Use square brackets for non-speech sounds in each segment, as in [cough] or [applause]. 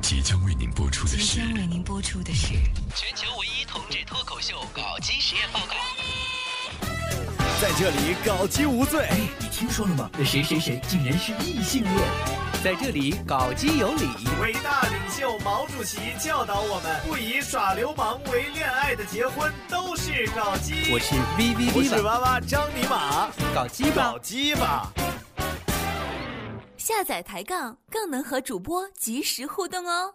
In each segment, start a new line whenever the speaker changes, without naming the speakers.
即将为您播出的
即
是
将为您播出的是
全球唯一同志脱口秀搞基实验报告。
在这里搞基无罪，
哎，你听说了吗？谁谁谁竟然是异性恋！
在这里搞基有理，
伟大领袖毛主席教导我们，不以耍流氓为恋爱的结婚都是搞基。
我是
我
VVV
是
吧，
娃娃张尼玛，
搞基吧
搞。基吧。
下载抬杠，更能和主播及时互动哦。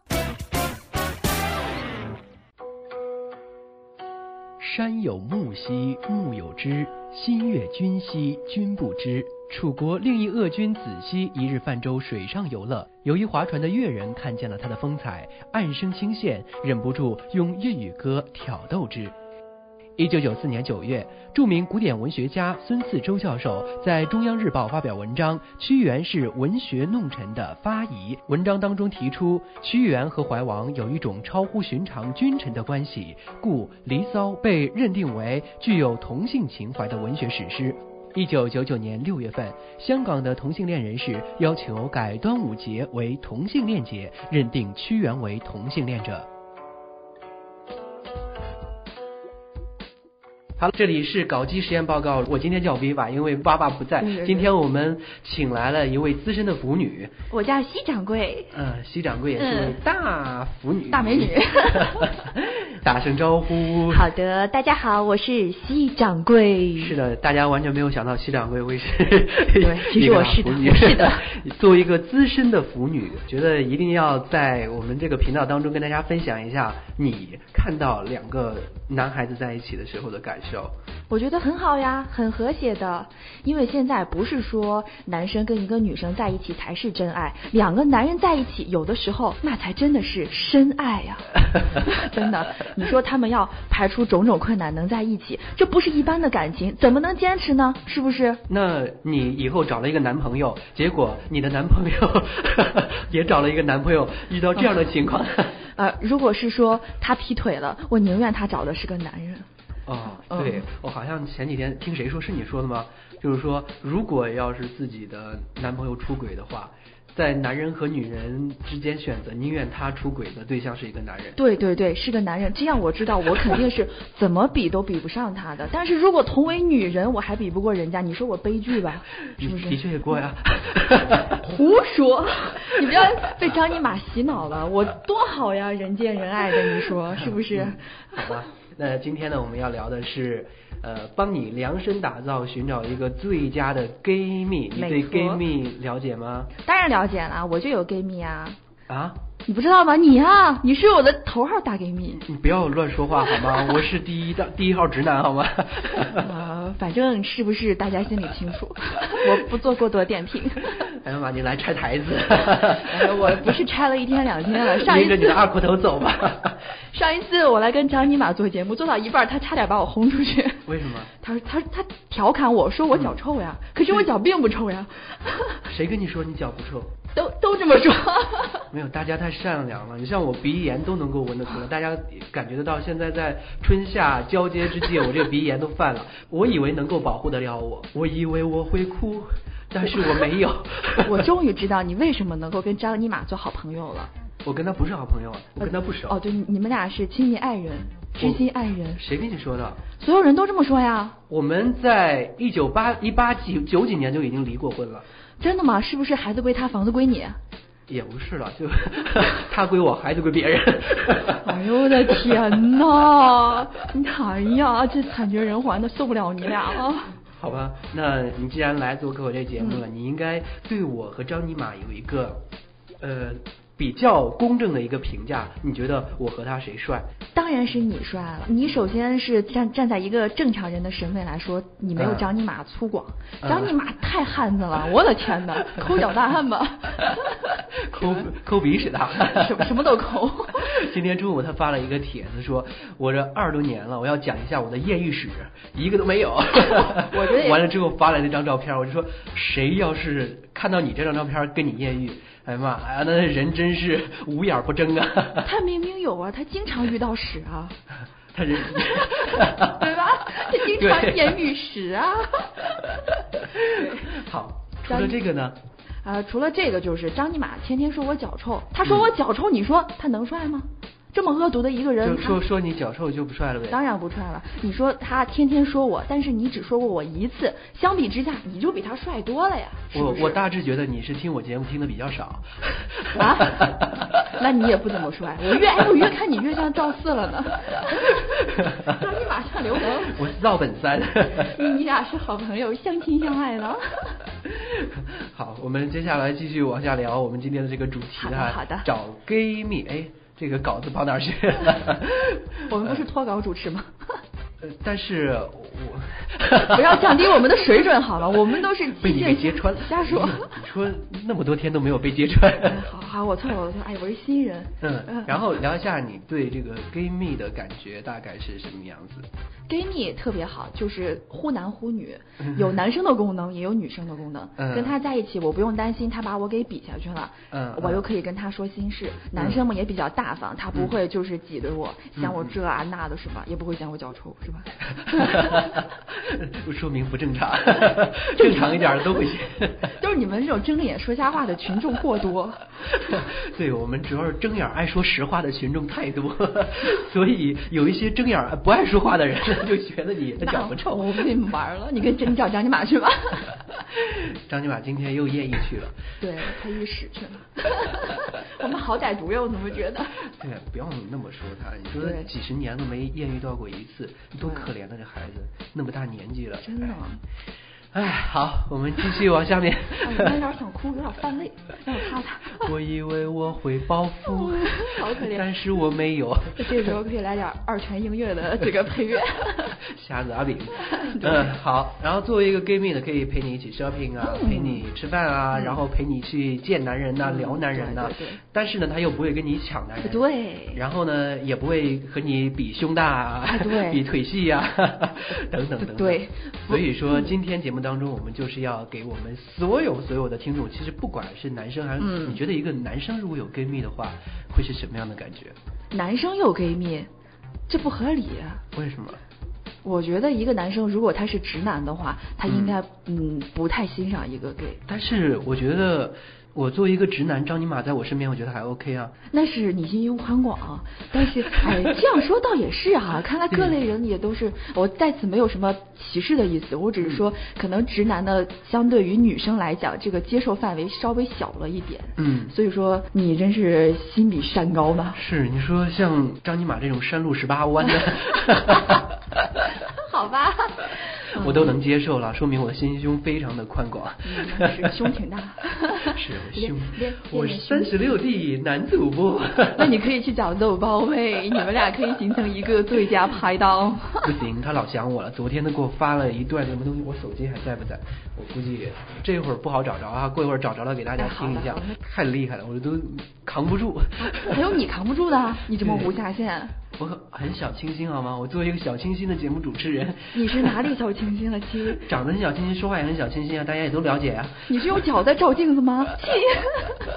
山有木兮木有枝，心悦君兮君不知。楚国另一恶君子兮，一日泛舟水上游乐，由于划船的越人看见了他的风采，暗生心羡，忍不住用粤语歌挑逗之。一九九四年九月，著名古典文学家孙四周教授在《中央日报》发表文章《屈原是文学弄臣的发遗》。文章当中提出，屈原和怀王有一种超乎寻常君臣的关系，故《离骚》被认定为具有同性情怀的文学史诗。一九九九年六月份，香港的同性恋人士要求改端午节为同性恋节，认定屈原为同性恋者。好，这里是搞基实验报告。我今天叫 Viva，因为爸爸不在。
嗯
今天我们请来了一位资深的腐女，
我叫西掌柜，
呃，西掌柜也是位
嗯
大腐女，
大美女
[laughs] 打声招呼。
好的，大家好，我是西掌柜。
是的，大家完全没有想到西掌柜会是
其
一
实
个
我
大
是
腐
的
女
我是的。
[laughs] 作为一个资深的腐女，觉得一定要在我们这个频道当中跟大家分享一下你看到两个男孩子在一起的时候的感受。
我觉得很好呀，很和谐的。因为现在不是说男生跟一个女生在一起才是真爱，两个男人在一起，有的时候那才真的是深爱呀、 [laughs] 真的，你说他们要排除种种困难能在一起，这不是一般的感情，怎么能坚持呢？是不是？
那你以后找了一个男朋友，结果你的男朋友 [laughs] 也找了一个男朋友，遇到这样的情
[laughs]
况，
呃，如果是说他劈腿了，我宁愿他找的是个男人。
哦，
嗯
对，我好像前几天听谁说是你说的吗？就是说，如果要是自己的男朋友出轨的话，在男人和女人之间选择，宁愿他出轨的对象是一个男人。
对对对，是个男人，这样我知道我肯定是怎么比都比不上他的。但是如果同为女人，我还比不过人家，你说我悲剧吧？是不
你
是？
的确过
[laughs]
呀，
胡说！你不要被张尼玛洗脑了，我多好呀，人见人爱的，你说是不是？
好吧，那今天呢，我们要聊的是，呃，帮你量身打造，寻找一个最佳的 gay 蜜。你
没
对
错
gay 蜜了解吗？
当然了解了，我就有 gay 蜜啊，
啊，
你不知道吗？你啊，你是我的头号大 gay 蜜。
你不要乱说话好吗？
[laughs]
我是第一大第一号直男好吗？ [laughs]
呃，反正是不是大家心里清楚，我不做过多点评。
哎呀妈，你来拆台子！
哎 [laughs] 我不是拆了一天两天
[laughs]
了上一
拎着你的
次
二锅头走吧。
[laughs]
[laughs]
上一次我来跟张尼玛做节目，做到一半儿，他差点把我轰出去。 [laughs]
为什么？
他他他调侃我说我脚臭
嗯
呀，可是我脚并不臭呀， [laughs]
谁跟你说你脚不臭？
都都这么说。 [laughs]
没有，大家太善良了。你像我鼻炎都能够闻得出来，大家感觉得到。现在在春夏交接之际，我这个鼻炎都犯了。我以为能够保护得了我，我以为我会哭，但是我没有。
[laughs] 我终于知道你为什么能够跟张尼玛做好朋友了。
我跟他不是好朋友啊，我跟他不熟。
哦，对，你你们俩是亲密爱人，知心爱人，
谁跟你说的？
所有人都这么说呀。
我们在一九八一八几九几年就已经离过婚了。
真的吗？是不是孩子归他，房子归
[laughs]
你？
也不是了，就 [laughs] 他归我，孩子归别人。
哎呦我的天呐！你哎呀，这惨绝人寰的，受不了你俩啊了。
[laughs] 好吧，那你既然来做客我这节目了，
嗯
你应该对我和张尼玛有一个呃比较公正的一个评价。你觉得我和他谁帅？
当然是你帅了。你首先是站站在一个正常人的审美来说，你没有
嗯
张尼玛粗犷，
嗯，
张尼玛太汉子了，我的天哪，抠脚大汉吧
抠抠鼻屎大汉，
什么什么都抠
[laughs] 今天中午他发了一个帖子说，我这二十多年了，我要讲一下我的艳遇史，一个都
[laughs]
没有。我
觉得也
完了之后发来那张照片，我就说谁要是看到你这张照片跟你艳遇，哎呀妈呀，那人真是无眼不睁啊！
他明明有啊，他经常遇到屎
[laughs]
啊，
他人
[laughs] 对
[laughs]
吧？他经常
对
言语屎啊。
[laughs] 好，除
张
了这个呢？
呃，除了这个，就是张尼玛天天说我脚臭，他说我脚臭，你说他能帅吗？这么恶毒的一个人，
就
他
说说你脚臭就不帅了呗。
当然不帅了。你说他天天说我，但是你只说过我一次，相比之下，你就比他帅多了呀。是
我
不是
我大致觉得你是听我节目听的比较
[laughs]
少
啊，那你也不怎么帅。我越哎，我越看你越像赵四了呢。 [laughs] 那你马上刘能，
我是赵本山。
你你俩是好朋友，相亲相爱呢。 [laughs]
好，我们接下来继续往下聊我们今天的这个主题
好的
哈。
好的
找闺蜜，哎，这个稿子跑哪儿去了？ [laughs]
我们不是脱稿主持吗？ [laughs]
呃，但是我
不要降低我们的水准好吗？我们都是
被你给
激进
揭穿了。
瞎说。
你说那么多天都没有被揭
[laughs]
穿。
哎好好，我错了，我错了。哎，我是新人。
嗯，然后聊一下你对这个闺蜜的感觉大概是什么样子？
闺蜜特别好，就是忽男忽女，有男生的功能，也有女生的功能。
嗯
跟他在一起，我不用担心他把我给比下去了，
嗯
我又
嗯
可以跟他说心事。男生嘛也比较大方，他不会就是挤兑我，
嗯
嫌我这啊那的什么，也不会嫌我脚臭，是吧？ [laughs]
[laughs] 说明不正常，正常一点儿都不行。 [laughs]
就是你们这种睁着眼说瞎话的群众过多。
[laughs] 对我们主要是睁眼儿爱说实话的群众太多， [laughs] 所以有一些睁眼儿不爱说话的人就觉得你的脚不
那
臭。
[laughs] 我不跟你们玩了，你跟你找张尼玛
[laughs]
去吧。
张尼玛今天又艳遇去了。
对他一屎去了， [laughs] 我们好歹毒呀，我怎么觉得？
对，不要你那么说他，你说
对
几十年都没艳遇到过一次，多
对
可怜的这孩子，那么大年纪了。
真的啊
哎。哎，好，我们继续往下面。 [laughs]
哎我突然有点想哭，有点犯泪，让我擦擦。，
我以为我会暴富
[laughs] 好可怜
但是我没
[laughs]
有。
这时候可以来点二泉映月的这个配乐。，
[laughs] 瞎子阿炳
[laughs]
嗯，好。然后作为一个闺蜜呢，可以陪你一起 shopping 啊，
嗯
陪你吃饭啊，然后陪你去见男人呐、聊男人呐、
对对对
但是呢，她又不会跟你抢男人，
对
然后呢，也不会和你比胸大啊， [laughs]
哎对
比腿细啊，
[laughs]
等等等等。
对
所以说，今天节目当中，我们就是要给我们所有所有的听众，其实不管是男生还是，
嗯
你觉得一个男生如果有闺蜜的话，会是什么样的感觉？
男生有闺蜜，这不合理、啊。
为什么？
我觉得一个男生如果他是直男的话，他应该嗯不太欣赏一个 gay。
但是我觉得，我作为一个直男，张尼玛在我身边，我觉得还 OK 啊。
那是你心胸宽广，但是哎，这样说倒也是哈、看来各类人也都是，我在此没有什么歧视的意思，我只是说，可能直男呢，相对于女生来讲，这个接受范围稍微小了一点。
嗯
所以说你真是心比山高吧？，
是你说像张尼玛这种山路十八弯的
[laughs]
[laughs]
好吧，
我都能接受了，说明我的心胸非常的宽广，
嗯是胸挺大 [laughs]
是我
练
胸
练，
我
练
三十六 D 男主
[laughs]
播，
那你可以去找豆包 [laughs] 妹，你们俩可以形成一个最佳拍档。
不行，他老想我了。昨天他给我发了一段什么东西，我手机还在不在？我估计这会儿不好找着啊，过一会儿找着了给大家
哎好
听一
的
下
好的。
太厉害了，我都扛不住。
[laughs] 还有你扛不住的，你这么无下限，
我很小清新好吗？我作为一个小清新的节目主持人， [laughs]
你是哪里小清新了 [laughs] 亲？
长得很小清新，说话也很小清新啊，大家也都了解啊。 [laughs]
你是用脚在照镜子 [laughs] 吗？气！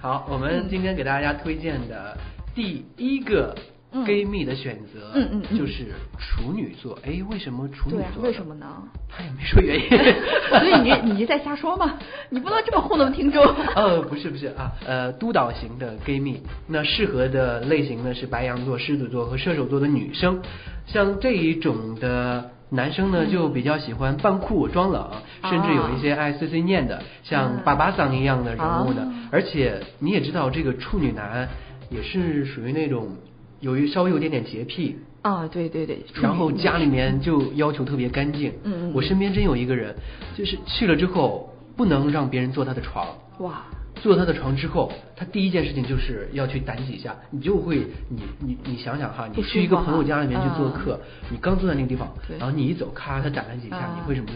好，我们今天给大家推荐的第一个
嗯
闺蜜的选择，
嗯嗯嗯
就是处女座。哎，为什么处女
对
座呢？，
啊为什么呢？
他也没说原因。
[laughs]
[laughs]
所以你你在瞎说嘛？你不能这么糊弄听众。
[laughs] 呃，不是不是啊，呃，督导型的闺蜜，那适合的类型呢是白羊座、狮子座和射手座的女生，像这一种的。男生呢就比较喜欢扮酷装冷，甚至有一
哦
些爱碎碎念的，
嗯
像爸爸桑一样的人物呢。而且你也知道，这个处女男也是属于那种由于稍微有点点洁癖，
[laughs] 啊，对对对，
然后家里面就要求特别干净。
嗯嗯嗯
我身边真有一个人，就是去了之后不能让别人坐他的床。
哇，
坐他的床之后，他第一件事情就是要去掸几下，你就会，你你你想想哈，你
不舒服
去一个
哈
朋友家里面去做客，嗯你刚坐在那个地方
对，
然后你一走，咔，他掸了几下，
啊
你会什么？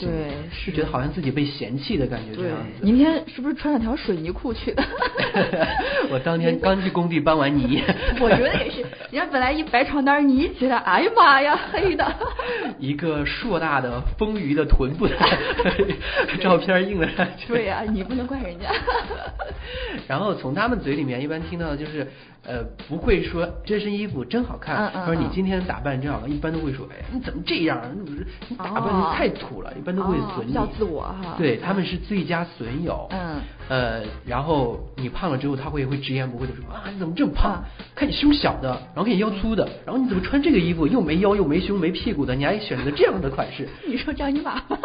对
是觉得好像自己被嫌弃的感觉这
对
样，子。？
明天是不是穿上条水泥裤去 [laughs] 的
[laughs] 我当天刚去工地搬完泥 [laughs]
[laughs] ，我觉得也是，人家本来一白床单，你一起来，哎呀妈呀，黑的。 [laughs]
一个硕大的丰腴的臀部的 [laughs] 照片印了上去。
对呀、你不能怪人家。 [laughs]
然后从他们嘴里面一般听到的就是，呃，不会说这身衣服真好看，
嗯嗯
或者你
嗯
今天打扮真好看，一般都会说，哎，你怎么这样啊？你你打扮
哦
的太土了，一般都会损你。
哦要自我哈
对，他们是最佳损友。
嗯。
呃，然后你胖了之后，他会会直言不讳的说啊，你怎么这么胖？
啊
看你胸小的，然后看你腰粗的，然后你怎么穿这个衣服又没腰又没胸没屁股的，你还选择这样的款式？，
你说张尼玛吧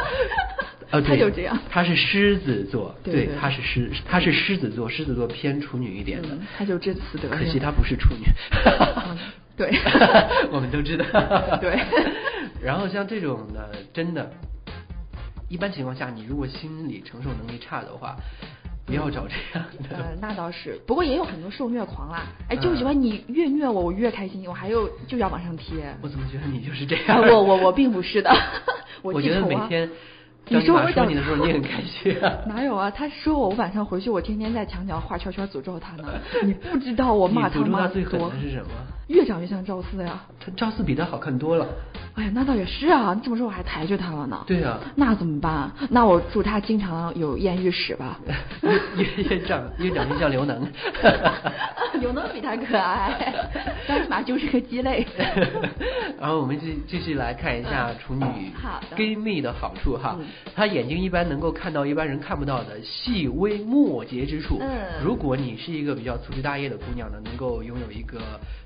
[laughs]
呃，
他
啊对
就这样，
他是狮子座，
对对
他是狮，他是狮子座，狮子座偏处女一点的，
嗯他就这次德行
可惜他不是处女，
嗯对
[laughs] 我们都知道，
[laughs] 对
[laughs] 然后像这种呢，真的，一般情况下，你如果心理承受能力差的话，不要找这样的。
呃，那倒是，不过也有很多受虐狂啦。哎，就
嗯
喜欢你越虐我，我越开心，我还有就要往
[laughs]
上贴。
我怎么觉得你就是这
啊
样？
我我我并不是的， [laughs]
[laughs] 我
记
觉得
仇
每
啊
天
你
张
说
妈
我
说
讲。
你的时候，你很开心、啊
哪有啊？他说我晚上回去，我天天在墙角画圈圈诅咒他呢。你不知道 [laughs] 我骂他
你诅咒
骂
他
得
最狠
多
的是什么？
越长越像赵四呀。
他赵四比他好看多了。
哎呀，那倒也是啊，你这么说我还抬举他了呢。
对啊
那怎么办？那我祝他经常有艳遇
[laughs]
史吧。
越越越长越长越像刘能。
刘能比他可爱，张尼玛就是个
[laughs]
鸡肋。
然后我们继继续来看一下处女
嗯好的
gay 蜜的好处哈
嗯，
她眼睛一般能够看到一般人看不到的细微末节之处。
嗯
如果你是一个比较粗枝大叶的姑娘呢，能够拥有一个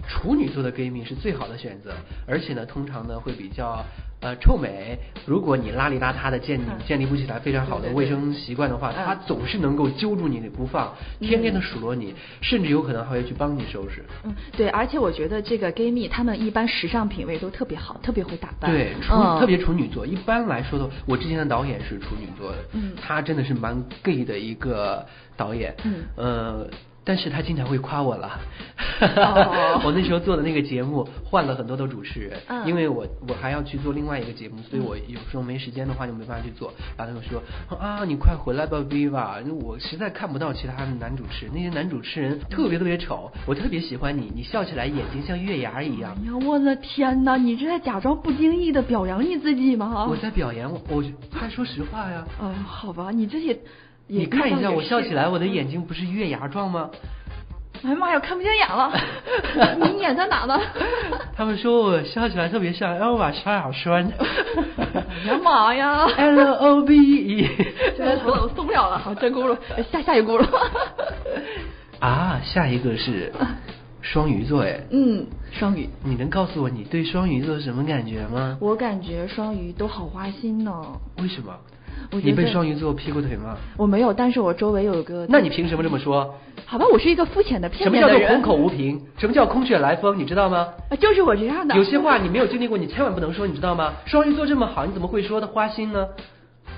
处女座的 gay 蜜是最好的选择，而且呢，通常呢会比较。呃，臭美。如果你邋里邋遢的建
嗯
建立不起来非常好的
对对对
卫生习惯的话，
嗯
她总是能够揪住你不放，天天的数落你，甚至有可能还会去帮你收拾。
嗯，对，而且我觉得这个 gay 蜜他们一般时尚品味都特别好，特别会打扮，
对，处、
嗯、
特别处女座。一般来说的，我之前的导演是处女座的，
嗯
他真的是蛮 gay 的一个导演，
嗯
呃。但是他经常会夸我了，
哦
[laughs] 我那时候做的那个节目换了很多的主持人，
嗯
因为我我还要去做另外一个节目，所以我有时候没时间的话就没办法去做。然后他就说啊，你快回来吧，Viva，我实在看不到其他的男主持，那些男主持人特别特别丑，我特别喜欢你，你笑起来眼睛像月牙一样，
哎呀，我的天哪！你这在假装不经意的表扬你自己吗？
我在表扬我，我他说实话呀。
哦，好吧，你这也也
你看一下，我笑起来，我的。
倒也
眼
是
睛不是月牙状吗？
哎呀妈呀，看不见眼
[laughs]
了！你眼在哪呢？
他们说我笑起来特别像哎艾娃沙尔栓
哎呀妈呀！
[laughs] ，L O V E
真服了，我受不了
[laughs]
了，好，真咕噜，下下一咕 [laughs] 噜。
啊，下一个是双鱼座哎，
嗯，双鱼，
你能告诉我你对双鱼座什么感觉吗？
我感觉双鱼都好花心呢。
为什么？
我觉
你被
得
双鱼座劈过腿吗？
我没有，但是我周围有一个。
那你凭什么这么说？
好吧，我是一个肤浅的
什
片
么
面
叫
的
做空
人。
口无凭？什么叫空穴来风？你知道吗？
啊就是我这样的。
有些话你没有经历过，你千万不能说，你知道吗？双鱼座这么好，你怎么会说的花心呢？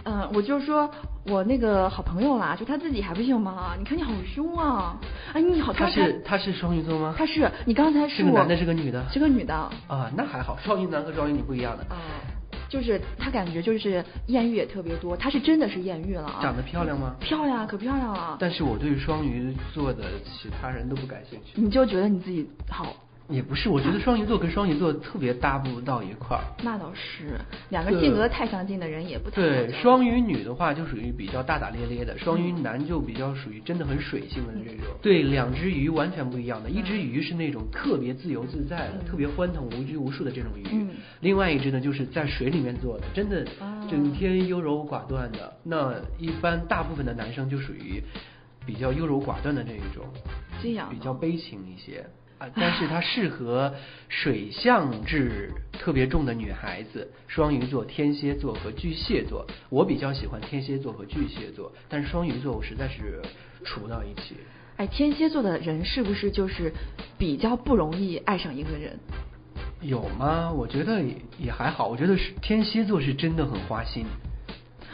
嗯，我就说我那个好朋友啦，就他自己还不行吗？你看你好凶啊！哎，你好，
他
刚才
是他是双鱼座吗？
他是你刚才
是
我
个男的，是个女的？
是个女的，
啊，那还好，双鱼男和双鱼女不一样的，
呃，就是他感觉就是艳遇也特别多，他是真的是艳遇了啊，
长得漂亮吗？
漂亮啊可漂亮了，
但是我对双鱼座的其他人都不感兴趣，
你就觉得你自己好。
也不是，我觉得双鱼座跟双鱼座特别搭不到一块儿。
那倒是，两个
对
性格太相近的人也不太好
对，
交嗯
双鱼女的话就属于比较大大咧咧的，双鱼男就比较属于真的很水性的这种。对，两只鱼完全不一样的，一只
嗯
鱼是那种特别自由自在的、特别欢腾无拘无束的这种鱼，
嗯
另外一只呢就是在水里面做的，真的
啊
整天优柔寡断的。那一般大部分的男生就属于比较优柔寡断的这一种，
这样啊
比较悲情一些。啊，但是它适合水象质特别重的女孩子，双鱼座、天蝎座和巨蟹座。我比较喜欢天蝎座和巨蟹座，但是双鱼座我实在是处不到一起。
哎，天蝎座的人是不是就是比较不容易爱上一个人？
有吗？我觉得也也还好。我觉得是天蝎座是真的很花心。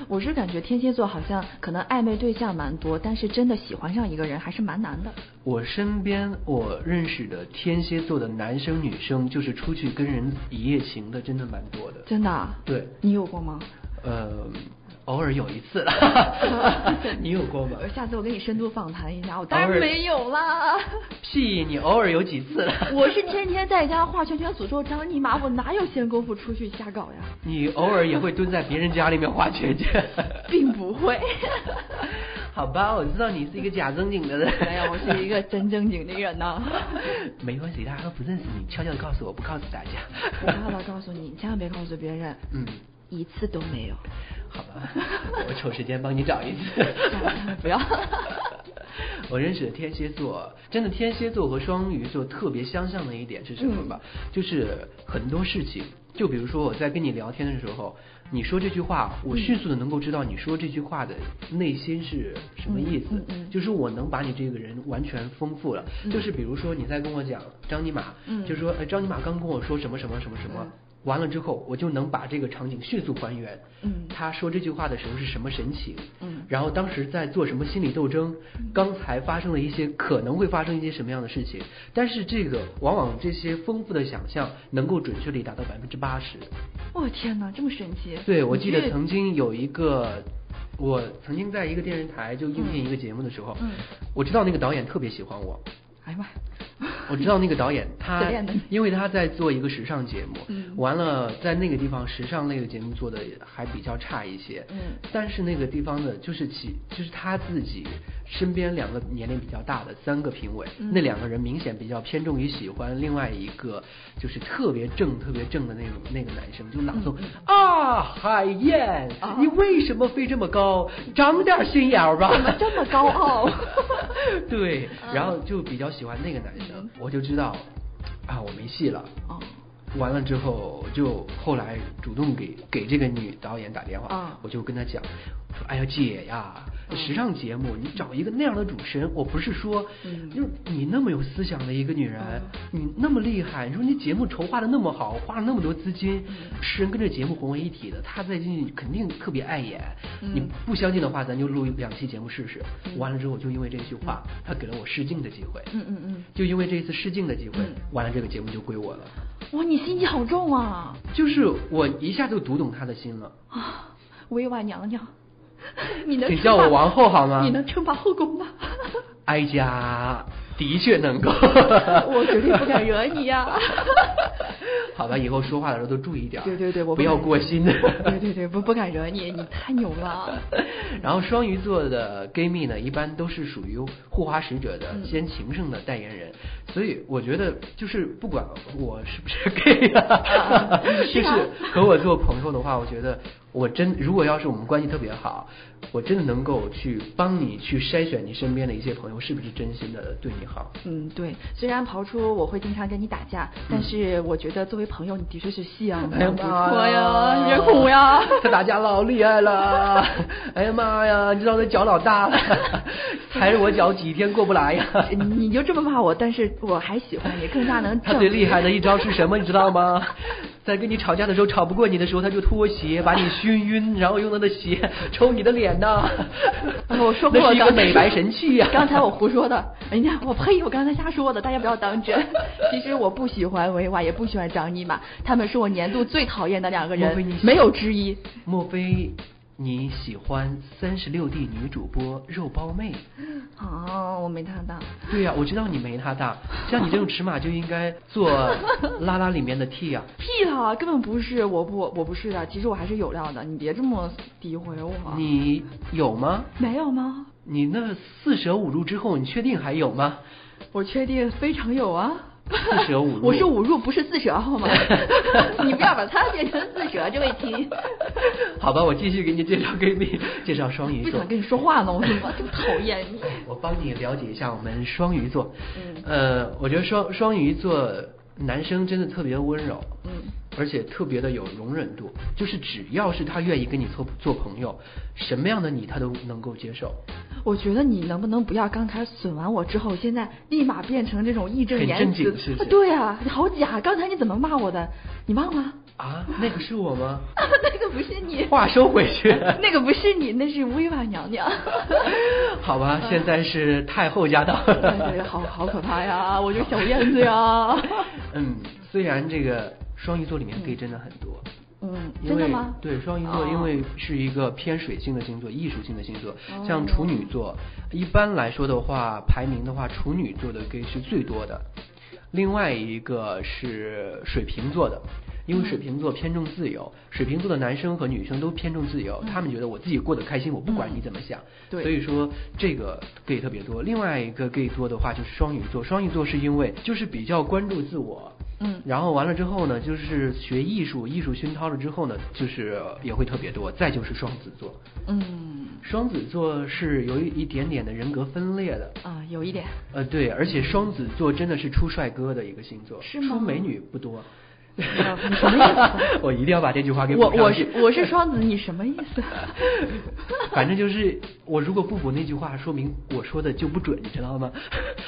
我是感觉天蝎座好像可能暧昧对象蛮多，但是真的喜欢上一个人还是蛮难的。
我身边我认识的天蝎座的男生女生，就是出去跟人一夜情的，真的蛮多的。
真的啊？
对，
你有过吗？
呃，偶尔有一次 [laughs] 了。你有过吗？
下次我跟你深度访谈一下，我当然
偶尔
没有啦。
屁，你偶尔有几次了？
我是天天在家画圈圈诅咒张尼玛，我哪有闲工夫出去瞎搞呀？
你偶尔也会蹲在别人家里面画圈 [laughs] 圈。
并不会。
好吧，我知道你是一个假正经的人。
哎呀，我是一个真正经的人呐、
没关系，大家都不认识你，悄悄的告诉我，不告诉大家。
[laughs] 我爸爸告诉你，你千万别告诉别人，
嗯，
一次都没有。
好吧，我抽时间帮你找一次
算了。 [laughs] 不要
[laughs] 我认识的天蝎座，真的天蝎座和双鱼座特别相像的一点是什么吧？
嗯
就是很多事情，就比如说我在跟你聊天的时候，你说这句话，我迅速的能够知道你说这句话的内心是什么意思，
嗯嗯嗯
就是我能把你这个人完全丰富了。就是比如说你在跟我讲张尼玛，
嗯
就说哎张尼玛刚跟我说什么什么什么什么。
嗯
完了之后，我就能把这个场景迅速还原。
嗯
他说这句话的时候是什么神情？
嗯
然后当时在做什么心理斗争？刚才发生了一些可能会发生一些什么样的事情？但是这个往往这些丰富的想象能够准确率达到百分之八十。
我、天哪，这么神奇！
对，我记
你
得
这
曾经有一个，我曾经在一个电视台就应聘一个节目的时候，
嗯
我知道那个导演特别喜欢我，
哎呀妈呀， [laughs]
我知道那个导演，他
随便的
因为他在做一个时尚节目，
嗯
完了在那个地方时尚类的节目做的还比较差一些，
嗯
但是那个地方的就是其就是他自己身边两个年龄比较大的三个评委，
嗯
那两个人明显比较偏重于喜欢另外一个就是特别正特别正的那种那个男生，就朗
嗯
诵、啊海燕，
啊
你为什么飞这么高？长点心眼儿吧， [laughs]
怎么这么高傲？
对，然后就比较喜欢那个男生
嗯，
我就知道啊，我没戏了。
哦，
完了之后，我就后来主动给给这个女导演打电话，
啊
我就跟她讲，我说哎呀姐呀，
嗯
时尚节目你找一个那样的主持人，我不是说，
嗯
就是你那么有思想的一个女人，你那么厉害，你说你节目筹划的那么好，花了那么多资金，
嗯
是人跟这节目混为一体的，她再进去肯定特别碍眼。
嗯
你不相信的话，咱就录两期节目试试。
嗯
完了之后，就因为这句话，她给了我试镜的机会。
嗯嗯嗯，
就因为这一次试镜的机会
嗯，
完了这个节目就归我了。
哇，你心机好重啊！
就是我一下就读懂他的心了。
啊，委婉娘娘，你能
请
称
叫
霸
我王啊后好吗
你能称霸后
[laughs]
宫吗？
哀家的确能够，
[laughs] 我绝对不
[laughs]
敢惹你呀 [laughs]
好吧，以后说话的时候都注意点儿。
对对对，我
不要
敢
过
[laughs]
心。
对对对，不不敢惹你，你太牛了。
然后双鱼座的 gay 蜜呢，一般都是属于护花使者的
嗯
先情圣的代言人，所以我觉得就是不管我是不是 [laughs] gay，、啊
啊、
就是
啊
是和我做朋友的话，我觉得我真如果要是我们关系特别好，我真的能够去帮你去筛选你身边的一些朋友是不是真心的对你好。
嗯，对，虽然刨出我会经常跟你打架，
嗯
但是我觉得作为朋友，你的确是啊夕
哎
阳的，不错呀，别哭呀。
他打架老厉害
[laughs]
了，哎呀妈呀，你知道那脚老大了， [laughs] 踩着我脚几天过不来呀。
嗯你就这么骂我，但是我还喜欢你，更加能
他
证
最
明
厉害的一招是什么，你知道吗？ [laughs] 在跟你吵架的时候，吵不过你的时候，他就脱鞋把你熏晕，然后用他的鞋抽你的脸呐。 [laughs]
哎我说过
那是一个
刚才
美白
[laughs]
神器呀、
刚才我胡说的，哎呀，我呸！我刚才瞎说的，大家不要当真。其实我不喜欢维瓦，也不喜欢张尼玛，他们是我年度最讨厌的两个
莫非你
人，
喜
没有之一。
莫非你喜欢三十六 D 女主播肉包妹？
哦，我没看到。
对呀、我知道你没她大，像你这种尺码就应该做拉拉里面的 T 啊呀、
屁啦，根本不是，我不，我不是的。其实我还是有料的，你别这么诋毁我。
你有吗？
没有吗？
你那四舍五入之后，你确定还有吗？
我确定非常有啊。
四舍五入
我是五入，不是四舍，
[laughs]
好吗？你不要把它变成四舍，这位亲。
好吧，我继续给你介绍闺蜜，介绍双鱼
不
座
想。跟你说话了，我怎么这么讨厌你？
我帮你了解一下我们双鱼座。
嗯
呃，我觉得双双鱼座男生真的特别温柔。
嗯。
而且特别的有容忍度，就是只要是他愿意跟你做做朋友，什么样的你他都能够接受。
我觉得你能不能不要刚才损完我之后，现在立马变成这种义正
很
言
正
辞
经是不是
对啊，你好假！刚才你怎么骂我的？你忘了？
啊，那个是我吗？
[laughs] 那个不是你，
话收回去。 [laughs]
那个不是你，那是薇婉娘娘。
好吧，现在是太后驾到。
对对对哎好好可怕呀！我就是小燕子呀。
嗯嗯，虽然这个双鱼座里面 gay 真的很多，
嗯
嗯，因
真的
为
吗
对，双鱼座
哦
因为是一个偏水性的星座，艺术性的星座
哦，
像处女座，一般来说的话，排名的话，处女座的 gay 是最多的，另外一个是水瓶座的。因
嗯
为水瓶座偏重自由，水瓶座的男生和女生都偏重自由，他们觉得我自己过得开心，我不管你怎么想，
嗯对
所以说这个 gay 特别多。另外一个 gay 多的话就是双鱼座，双鱼座是因为就是比较关注自我，
嗯
然后完了之后呢，就是学艺术，艺术熏陶了之后呢，就是也会特别多。再就是双子座，
嗯
双子座是有一点点的人格分裂的。
啊、有一点。
呃，对，而且双子座真的是出帅哥的一个星座，
是吗
出美女不多。 [laughs]
[laughs] 呀你什么意
我一定要把这句话给补
我
上
我
去
是我是双子，你什么意思？
[laughs]
[laughs]
反正就是，我如果不补那句话，说明我说的就不准，你知道吗？ [laughs]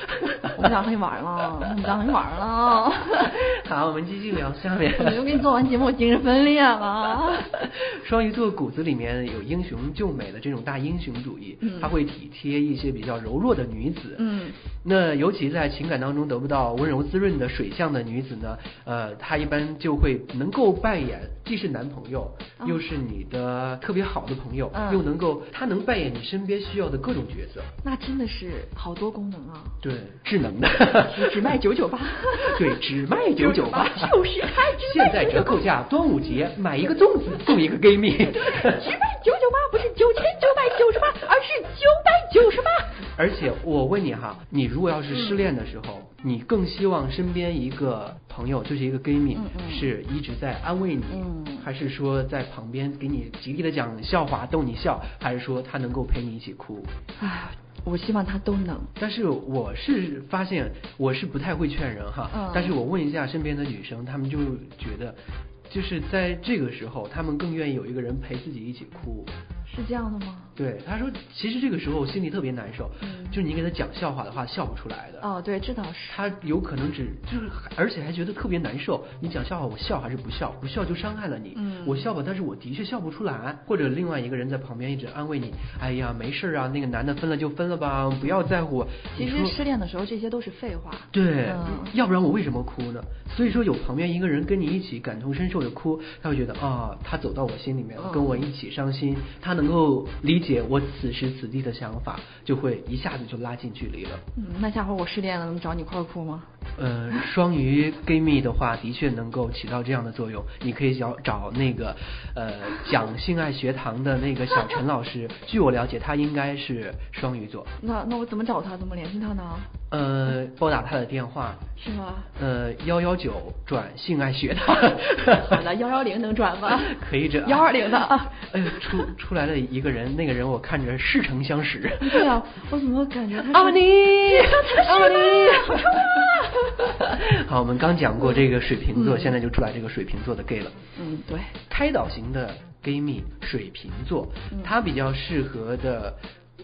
我不想和你玩了，我不想和你玩了。 [laughs]
好，我们继续聊下面。
怎么又给你做完节目，我精神分裂了？ [laughs]
[laughs] 双鱼座骨子里面有英雄救美的这种大英雄主义，
嗯
他会体贴一些比较柔弱的女子。
嗯，
那尤其在情感当中得不到温柔滋润的水象的女子呢，呃，她一般就会能够扮演既是男朋友，
哦
又是你的特别好的朋友，
嗯
又能够她能扮演你身边需要的各种角色。
那真的是好多功能啊，
对，智能的，
只只卖九九八。
[laughs] 对，只卖九九八，
[laughs] 就是开只卖
现在折扣价，端午节买一个粽子送一个闺蜜。
只卖九九八，不是九千九百九十八，而是九百九十八。
而且我问你哈，你如果要是失恋的时候，
嗯
你更希望身边一个朋友，就是一个闺蜜，
嗯嗯
是一直在安慰你，
嗯
还是说在旁边给你极力的讲笑话逗你笑，还是说她能够陪你一起哭？
哎，我希望他都能。
但是我是发现我是不太会劝人哈，
嗯
但是我问一下身边的女生，她们就觉得，就是在这个时候，她们更愿意有一个人陪自己一起哭。
是这样的吗？
对，她说其实这个时候心里特别难受，
嗯
就你给她讲笑话的话笑不出来的。
哦，对，这倒是。
她有可能只就是，而且还觉得特别难受。你讲笑话，我笑还是不笑？不笑就伤害了你。
嗯
我笑吧，但是我的确笑不出来。或者另外一个人在旁边一直安慰你：“哎呀，没事儿啊，那个男的分了就分了吧，不要在乎。”
其
你
实
说
失恋的时候，这些都是废话。
对，
嗯
要不然我为什么哭呢？所以说有旁边一个人跟你一起感同身受的哭，他会觉得啊，他走到我心里面
嗯，
跟我一起伤心，他能够理解我此时此地的想法，就会一下子就拉近距离了。
嗯，那下回我失恋了，能找你一块儿哭吗？
呃，双鱼 gay 蜜的话，的确能够起到这样的作用。你可以找找那个，呃，讲性爱学堂的那个小陈老师。据我了解，他应该是双鱼座。
那那我怎么找他？怎么联系他呢？
呃，拨打他的电话，
是吗？
呃，幺幺九转性爱学堂。 [laughs]
好的，幺幺零能转 [laughs] 吗？
可以转
幺二零的啊。
哎呦，出出来了一个人，那个人我看着似曾相
[laughs]
识。
对啊，我怎么感觉他是
奥尼，
奥
奥
尼
尼。 [laughs] 好，我们刚讲过这个水瓶座，
嗯
现在就出来这个水瓶座的 gay 了。
嗯，对，
开导型的 gay 蜜，水瓶座
嗯，
她比较适合的。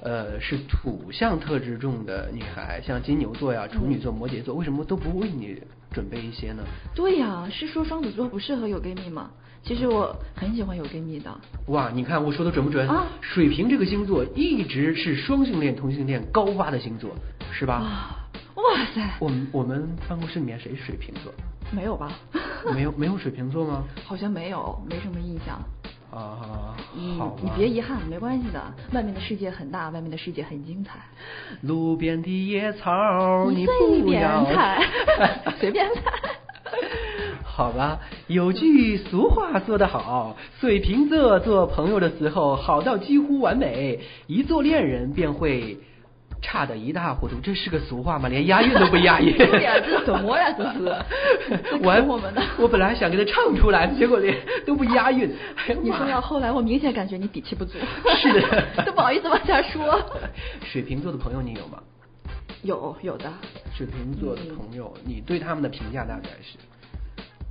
呃，是土象特质重的女孩，像金牛
嗯
座呀、处女座、摩羯座，为什么都不为你准备一些呢？
对呀、是说双子座不适合有 gay 蜜吗？其实我很喜欢有 gay 蜜的。
哇，你看我说的准不准？
啊
水瓶这个星座一直是双性恋、同性恋高发的星座，是吧？
啊，哇塞，
我们我们办公室里面谁水瓶座？
没有吧？
没有没有水瓶座吗？
好像没有，没什么印象。
啊，好
嗯
吧，
你别遗憾，没关系的。外面的世界很大，外面的世界很精彩。
路边的野草，你
随
不
便
要 [laughs]
踩，随便踩。
好吧，有句俗话说得好，水瓶座做朋友的时候好到几乎完美，一做恋人便会差得一塌糊涂。这是个俗话吗？连押韵都不押韵。
对呀 [laughs] 这怎么呀这
[laughs]
是
我还
这坑我们呢
我本来想给他唱出来，结果连都不押韵。哎呀
你说
妈呀
要后来，我明显感觉你底气不足。
是的
[laughs] 都不好意思往下说。
水瓶座的朋友你有吗？
有有的，
水瓶座的朋友，你对他们的评价大概是？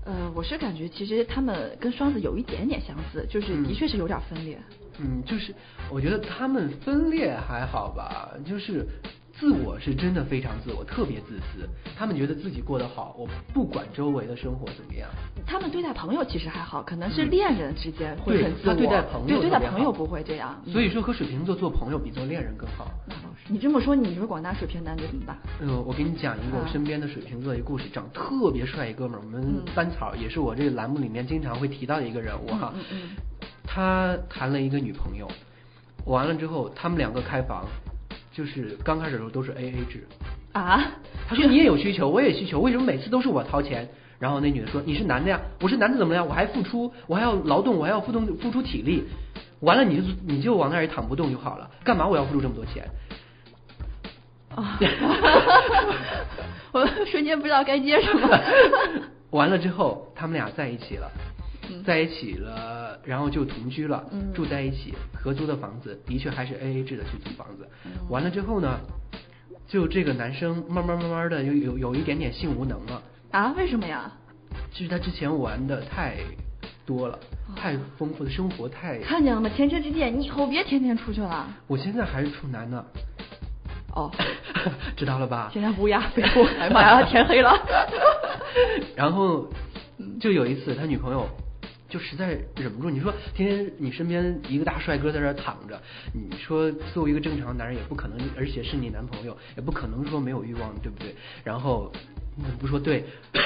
呃，我是感觉其实他们跟双子有一点点相似，就是
嗯
的确是有点分裂。
嗯，就是我觉得他们分裂还好吧，就是自我是真的非常自我，特别自私。他们觉得自己过得好，我不管周围的生活怎么样。
他们对待朋友其实还好，可能是恋人之间会
嗯对
很自
他
我，
对待朋友
对待
特别好
朋友不会这样。嗯
所以说，和水瓶座做朋友比做恋人更好。
那倒是你这么说，你是广大水平男女怎么办？
嗯，我给你讲一个我
啊
身边的水瓶座的一个故事，长得特别帅一哥们儿，我们
嗯
班草也是我这个栏目里面经常会提到的一个人物哈。
嗯嗯
他谈了一个女朋友，完了之后他们两个开房，就是刚开始的时候都是 A A 制。
啊？
他说你也有需求，我也需求，为什么每次都是我掏钱？然后那女的说你是男的呀，我是男的怎么了呀？我还付出，我还要劳动，我还要付动付出体力。完了你就你就往那儿一躺不动就好了，干嘛我要付出这么多钱？ [laughs]
啊！我瞬间不知道该接什么。
[laughs] 完了之后，他们俩在一起了
嗯，
在一起了，然后就同居了，
嗯
住在一起，合租的房子，的确还是 A A 制的去租房子
嗯。
完了之后呢，就这个男生慢慢慢慢的有有有一点点性无能了，
啊？为什么呀？
就是他之前玩的太多了，
哦
太丰富的生活太，
看见了吗？前车之鉴，你以后别天天出去了。
我现在还是处男呢， [laughs]
哦，
知道了吧？
现在乌鸦
[laughs]
飞过
哎
来， [laughs] 妈呀，天黑了。
然后就有一次，他女朋友就实在忍不住，你说天天你身边一个大帅哥在这儿躺着，你说作为一个正常男人也不可能，而且是你男朋友，也不可能说没有欲望，对不对？然后你怎么不说对？
不是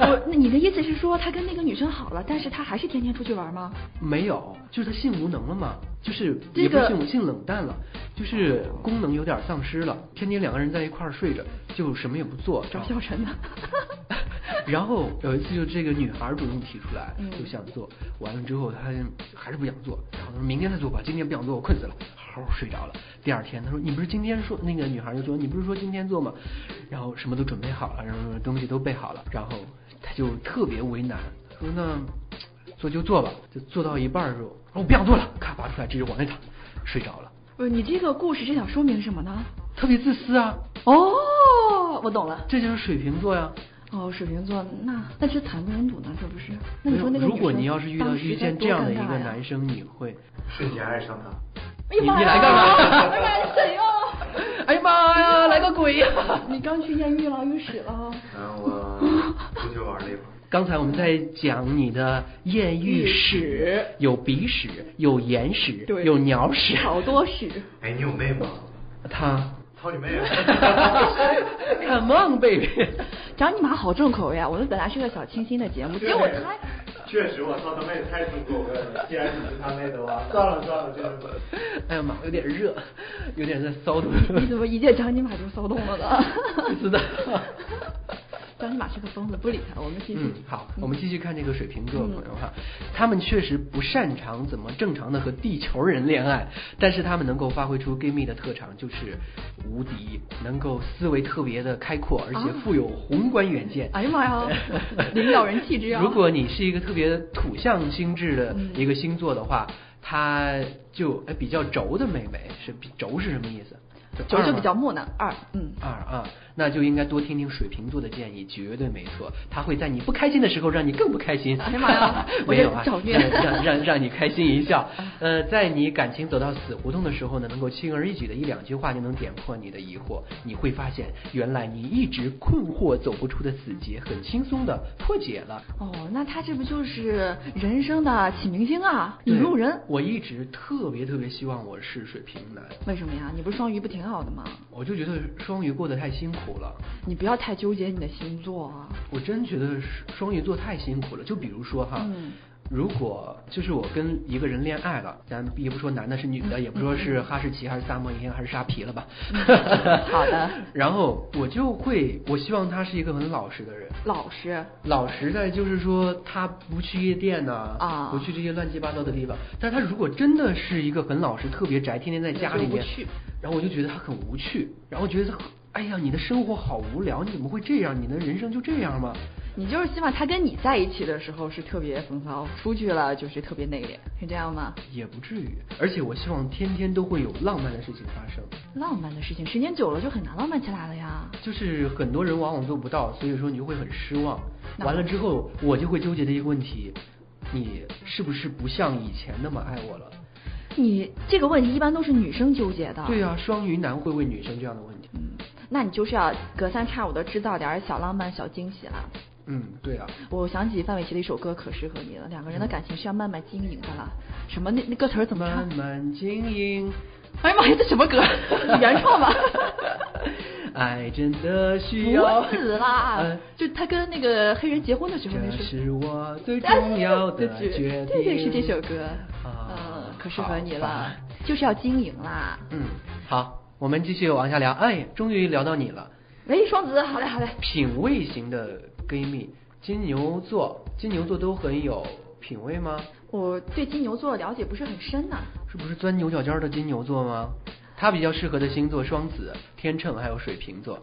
我，那你的意思是说他跟那个女生好了，但是他还是天天出去玩吗？
[laughs]
[laughs]
没有，就是他性无能了嘛，就是
这
也不是
个
性无性冷淡了，就是功能有点丧失了，天天两个人在一块儿睡着，就什么也不做，啊
找
然后
小陈呢？ [laughs]
[laughs] 然后有一次，就这个女孩主动提出来，
嗯
就想做，完了之后她还是不想做，然后她说明天再做吧，今天不想做，我困死了，好好睡着了。第二天她说你不是今天说那个女孩就说你不是说今天做吗？然后什么都准备好了，然后东西都备好了，然后她就特别为难，她说那做就做吧，就做到一半儿的时候，哦我不想做了，咔拔出来，直接往那躺，睡着了，
不呃是，你这个故事是想说明什么呢？
特别自私啊，
哦，我懂了。
这就是水瓶座呀、
哦，水瓶座，那那这惨不忍睹呢，这不是？
没
那你
有
说那个
如果
女生
你要是遇到
当时
遇
该
见
多
这样的一
尴尬
个
呀
男生，你会，
瞬间爱上他。
哎呀
你
妈
你
呀
来干嘛
哎呀妈呀，谁呀？
[laughs] 哎呀妈呀，来个鬼呀、
[laughs] 你刚去艳遇了，遇屎了。
然后我出去玩了一会儿。
刚才我们在讲你的艳遇史，有鼻屎，有眼屎，
对
有鸟屎，
好多屎，
哎，你有妹吗？
他
操你妹！
[laughs] ，Come on baby， [laughs]
张你妈好重口味啊！我们本来是个小清新的节目，结果他
确实，我操他妹太重口味了。既然你是他妹的话，算了算了，这个
哎呀妈，有点热，有点在骚动，嗯
你怎么一见张尼玛就骚动了呢？
[laughs] 是的。
[laughs] 张尼玛是个疯子，不理他。我们继续
嗯。，好，我们继续看这个水瓶座的朋友哈，他们确实不擅长怎么正常的和地球人恋爱，但是他们能够发挥出 gay 蜜的特长，就是无敌，能够思维特别的开阔，而且
啊
富有宏观远见。
哎呀妈
[laughs]
呀，领导人气质啊！嗯
如果你是一个特别土象星质的一个星座的话，她就哎比较轴的妹妹是比轴是什么意思？
轴
二
就
吗
比较木讷，二嗯。
二啊，那就应该多听听水瓶座的建议，绝对没错。他会在你不开心的时候让你更不开心。
哎呀
[laughs]
妈呀我
没
这
有啊，
找虐
让让
[laughs]
让让你开心一笑。呃，在你感情走到死胡同的时候呢，能够轻而易举的一两句话就能点破你的疑惑。你会发现，原来你一直困惑走不出的死结，很轻松的破解了。
哦，那他这不就是人生的启明星啊，
对
引路人？
我一直特别特别希望我是水瓶男，
为什么呀？你不是双鱼不挺好的吗？
我就觉得双鱼过得太辛苦了。
你不要太纠结你的星座啊。
我真觉得双鱼座太辛苦了。就比如说哈，
嗯
如果就是我跟一个人恋爱了，咱也不说男的是女
嗯
的，也不说是哈士奇还是萨摩耶还是沙皮了吧。
嗯
[laughs]
好的。
然后我就会，我希望他是一个很老实的人。
老实，
老实在就是说，他不去夜店呐、
啊
不去这些乱七八糟的地方。但是他如果真的是一个很老实、特别宅，天天在家里
就无
面
趣，
然后我就觉得他很无趣，然后觉得他很，哎呀，你的生活好无聊，你怎么会这样？你的人生就这样吗？
你就是希望他跟你在一起的时候是特别风骚，出去了就是特别内敛，是这样吗？
也不至于，而且我希望天天都会有浪漫的事情发生，
浪漫的事情，时间久了就很难浪漫起来了呀。
就是很多人往往做不到，所以说你就会很失望。
那
完了之后，我就会纠结的一个问题：你是不是不像以前那么爱我了？
你这个问题一般都是女生纠结的。
啊对啊，双鱼男会问女生这样的问题。
嗯那你就是要隔三差五的制造点儿小浪漫、小惊喜啦。
嗯，对啊，
我想起范玮琪的一首歌《可适合你了》，两个人的感情是要慢慢经营的啦。什么那那歌词儿怎么唱
慢？慢经
[laughs]
营。
哎呀妈呀，这什么
[laughs]
歌？原创吧？
爱真的需要。
不是啦
嗯，
就他跟那个黑人结婚的时候那
这
首。
是我
[laughs]
最重要的
啊对
决定。
对对，是这首歌。
啊
嗯，可适合你
好吧
了，就是要经营啦。
嗯，好，我们继续往下聊。哎，终于聊到你了，
喂，双子，好嘞好嘞。
品味型的闺蜜，金牛座，金牛座都很有品味吗？
我对金牛座的了解不是很深呐、
是不是钻牛角尖儿的金牛座吗？他比较适合的星座双子、天秤还有水瓶座，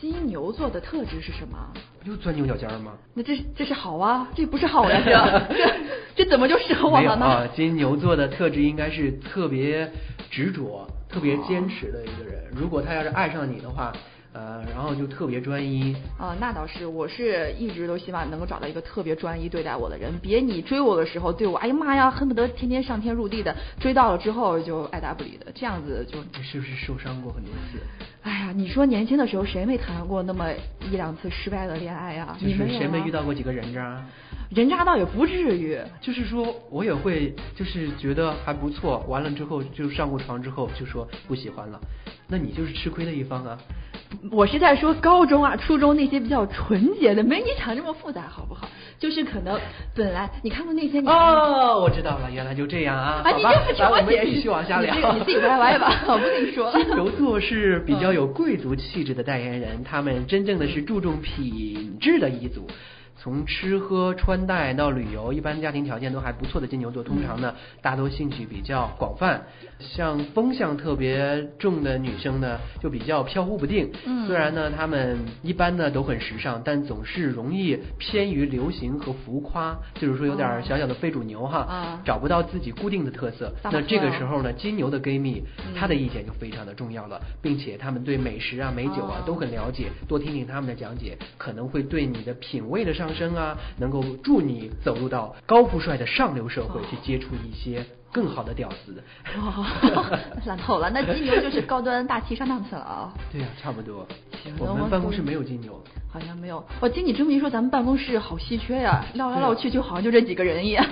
金牛座的特质是什么？
不就钻牛角尖儿吗？
那这这是好啊，这不是好呀、这
[laughs]
这这怎么就适 [laughs] 合我
没有
了呢？
啊，金牛座的特质应该是特别执着、特别坚持的一个
哦
人。如果他要是爱上你的话，呃，然后就特别专一，
啊、那倒是，我是一直都希望能够找到一个特别专一对待我的人，别你追我的时候对我，哎呀妈呀，恨不得天天上天入地的，追到了之后就爱答不理的，这样子就，
你是不是受伤过很多次？
哎呀，你说年轻的时候谁没谈过那么一两次失败的恋爱呀、
就
你
是
有啊
谁没
吗
遇到过几个人啊渣？
人渣倒也不至于，
就是说我也会，就是觉得还不错，完了之后就上过床之后就说不喜欢了，那你就是吃亏的一方啊。
我是在说高中啊、初中那些比较纯洁的，没你想这么复杂，好不好？就是可能本来你看过那些你
哦，我知道了，原来就这样啊。
啊，
好
你
吧
这个，
来
听
我们
解释，
继续往下聊。
你这个你自己歪
[laughs]
歪吧，我不跟你说嗯了。
金牛座是比较有贵族气质的代言人，他们真正的是注重品质的一族。从吃喝穿戴到旅游，一般家庭条件都还不错的金牛座，通常呢大多兴趣比较广泛。像风向特别重的女生呢，就比较飘忽不定。
嗯
虽然呢她们一般呢都很时尚，但总是容易偏于流行和浮夸，就是说有
哦
点儿小小的非主流哈，
啊
找不到自己固定的特色。
大
那
马
这个
车
时候呢，金牛的闺蜜
嗯
她的意见就非常的重要了，并且她们对美食啊、美酒啊
哦
都很了解，多听听她们的讲解，可能会对你的品味的上升啊，能够助你走入到高富帅的上流社会，
哦
去接触一些更好的屌丝。
[laughs]
[laughs]
哦， [laughs] 烂透了，那金牛就是高端大气上档次了啊。
对呀、差不多。
行
我
那
们
我
办公室
懂
没有金牛，
好像没有，我听你这么一说，咱们办公室好稀缺呀，绕来绕去就好像就这几个人一样。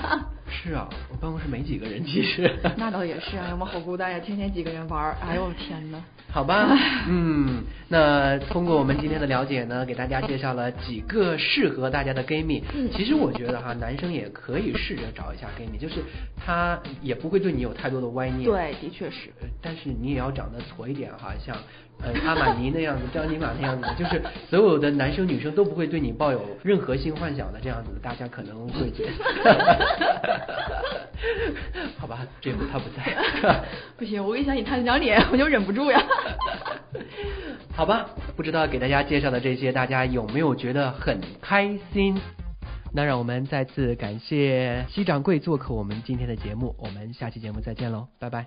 是啊，我办公室没几个人，其实。
[laughs] 那倒也是啊，我们好孤单呀，天天几个人玩儿，哎呦我天哪！
好吧，嗯，那通过我们今天的了解呢，给大家介绍了几个适合大家的闺蜜。其实我觉得哈，男生也可以试着找一下闺蜜，就是他也不会对你有太多的歪念。
对，的确是。
呃，但是你也要长得矬一点哈，像呃阿玛尼那样子， [laughs] 张尼玛那样子，就是所有的男生女生都不会对你抱有任何性幻想的这样子，大家可能会觉得， [laughs] 好吧，这回他不在。 [laughs]
不行，我一想起他那张脸，我就忍不住呀。
[laughs] 好吧，不知道给大家介绍的这些，大家有没有觉得很开心？那让我们再次感谢西掌柜做客我们今天的节目，我们下期节目再见喽，拜拜。